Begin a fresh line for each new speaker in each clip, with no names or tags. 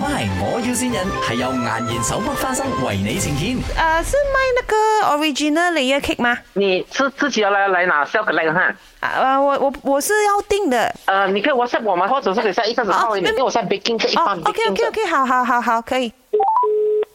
MY，我要先人係由顏然手剝花生為你呈現。
呃，是卖那个 original layer cake 吗？
你自自己要来来拿 s e l f collect 哈。
啊，呃我我我是要订的。
呃，你可以 WhatsApp 我们，或者是等一下一个人
好
号，你
那
给我在 baking 这一
哦
方
，OK
baking
OK
这。
OK，好好好好，可以。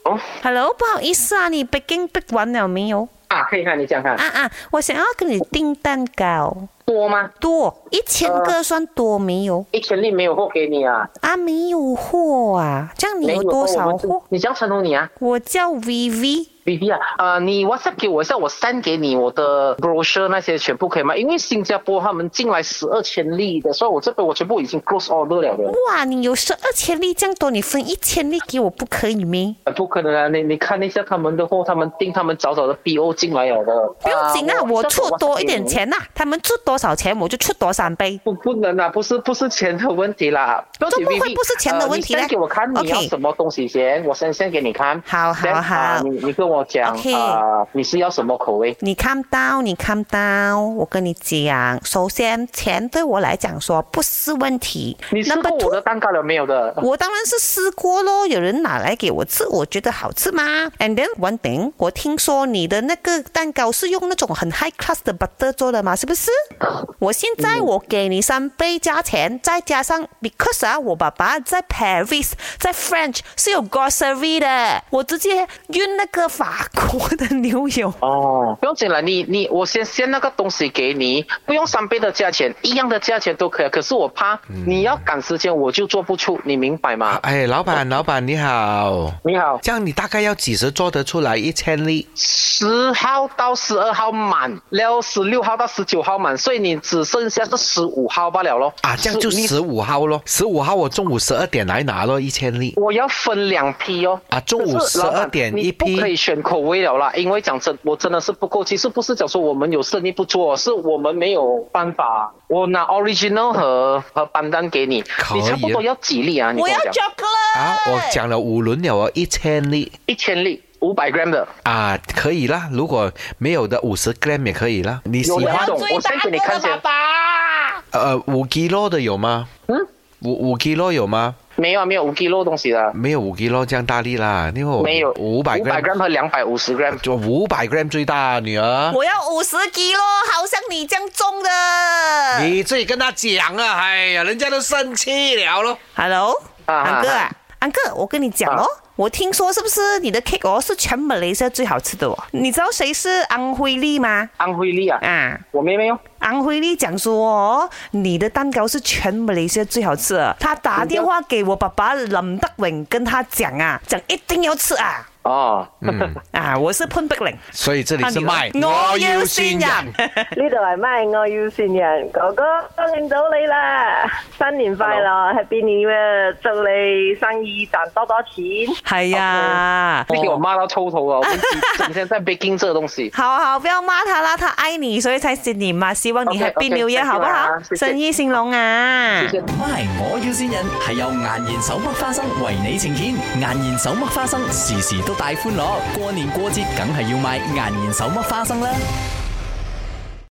哦，
Hello，不好意思啊，你 baking bake 完了没有？
啊，可以看你讲看
啊，啊，我想要跟你订蛋糕，
多吗？
多一千个算多没有？
一千粒没有货给你啊，
啊，没有货啊，这样你
没
有多
货
少
我们
货？
你讲称呼你啊
我叫 VV。
，BB 啊，呃，你 WhatsApp 给我一下，我 send 给你我的 brochure 那些全部可以吗？因为新加坡他们进来十二千粒的，所以我这边我全部已经 close order 了的。
哇，你有十二千粒这样多，你分一千粒给我不可以咩？
呃不可能啊！你你看一下他们的货，他们订他们早早的 BO 进来了的。
不用紧啊，我出
WhatsApp
多一
给
点
你
钱呐、他们出多少钱我就出多少杯。
不不能啊，不是不是钱的问题啦，不要
怎么
紧
会
Vivi，
不是钱的问题呢
呃你先给我看你要
OK
什么东西先，我先先给你看。
好好
Then，啊
好
你你跟我讲
OK
啊，你是要什么口味？
你看到，你看到，我跟你讲，首先钱对我来讲说不是问题。
你吃
Number
过我
two，
的蛋糕了没有的？
我当然是试过咯，有人拿来给我吃，我觉得好吃吗？And then one thing，我听说你的那个蛋糕是用那种很 high class 的 butter 做的嘛，是不是？我现在
嗯
我给你三倍加钱，再加上 because 啊，我爸爸在 Paris，在 French 是有 grocery 的，我直接运那个法国的牛油。
哦，不用紧了，你你我先先那个东西给你，不用三倍的价钱，一样的价钱都可以。可是我怕
嗯
你要赶时间，我就做不出，你明白吗？
哎，老板，老板你好，
你好，
这样你大概要几时做得出来一千粒？
十号到十二号满，然后十六号到十九号满，所以你只剩下是十五号罢了咯。
啊，这样就
你
十五号咯，十五号我中午十二点来拿咯，一千粒。
我要分两批哦。
啊中午
可是老板
12点一
你
批
不可以选口味了啦，因为讲真，我真的是不够。其实不是讲说我们有生意不做，是我们没有办法。我拿 original 和和班单给你
可，以
你差不多要几粒啊？你
我
跟
要
我讲，
chocolate
啊，我讲了五轮了哦，一千粒
一千粒，五百 gram 的，
啊，可以啦。如果没有的五十 gram 也可以啦。你喜
有两
欢
种，我先给你看先。
呃五 G 咯的有吗？
嗯，
五五 G 咯有吗？
没有啊没有五 G 肉东西的，
没有五 G 咯这样大力啦，因为我
没有
五百
五百
gram
gram 和两百五十 gram。
就五百 gram 最大啊女儿。
我要五十几咯，好像你这样重的。啊
你自己跟他讲啊，哎呀，人家都生气了咯。
Hello，
啊
安哥
啊
啊，安哥，我跟你讲哦
啊。
我听说是不是你的 cake 哦是全马来西亚最好吃的哦？你知道谁是安徽丽吗？
安徽粒啊，
啊，
我妹妹哦，
安徽丽讲说哦，你的蛋糕是全马来西亚最好吃的。他打电话给我爸爸林德荣，跟他讲啊，讲一定要吃啊
哦。
嗯
啊！我是潘碧玲，
所以这里是卖，
我要先人。
呢度係咪我要善人哥哥，我見到你啦！新年快樂，Happy New Year！祝你生意賺多多錢。
系啊，
被我骂到抽头啊了，我们整天在 baking 这个东 西。
好好，不要骂他啦，他爱你，所以才是你嘛。希望你
OK，OK，
Happy New Year，
再见
好不好
啦？谢谢
生意兴隆啊！
谢谢
MY，我要先人係由顏然手剝花生為你呈現。顏然手剝花生時時都帶歡樂，過年過節梗係要買顏然手剝花生啦。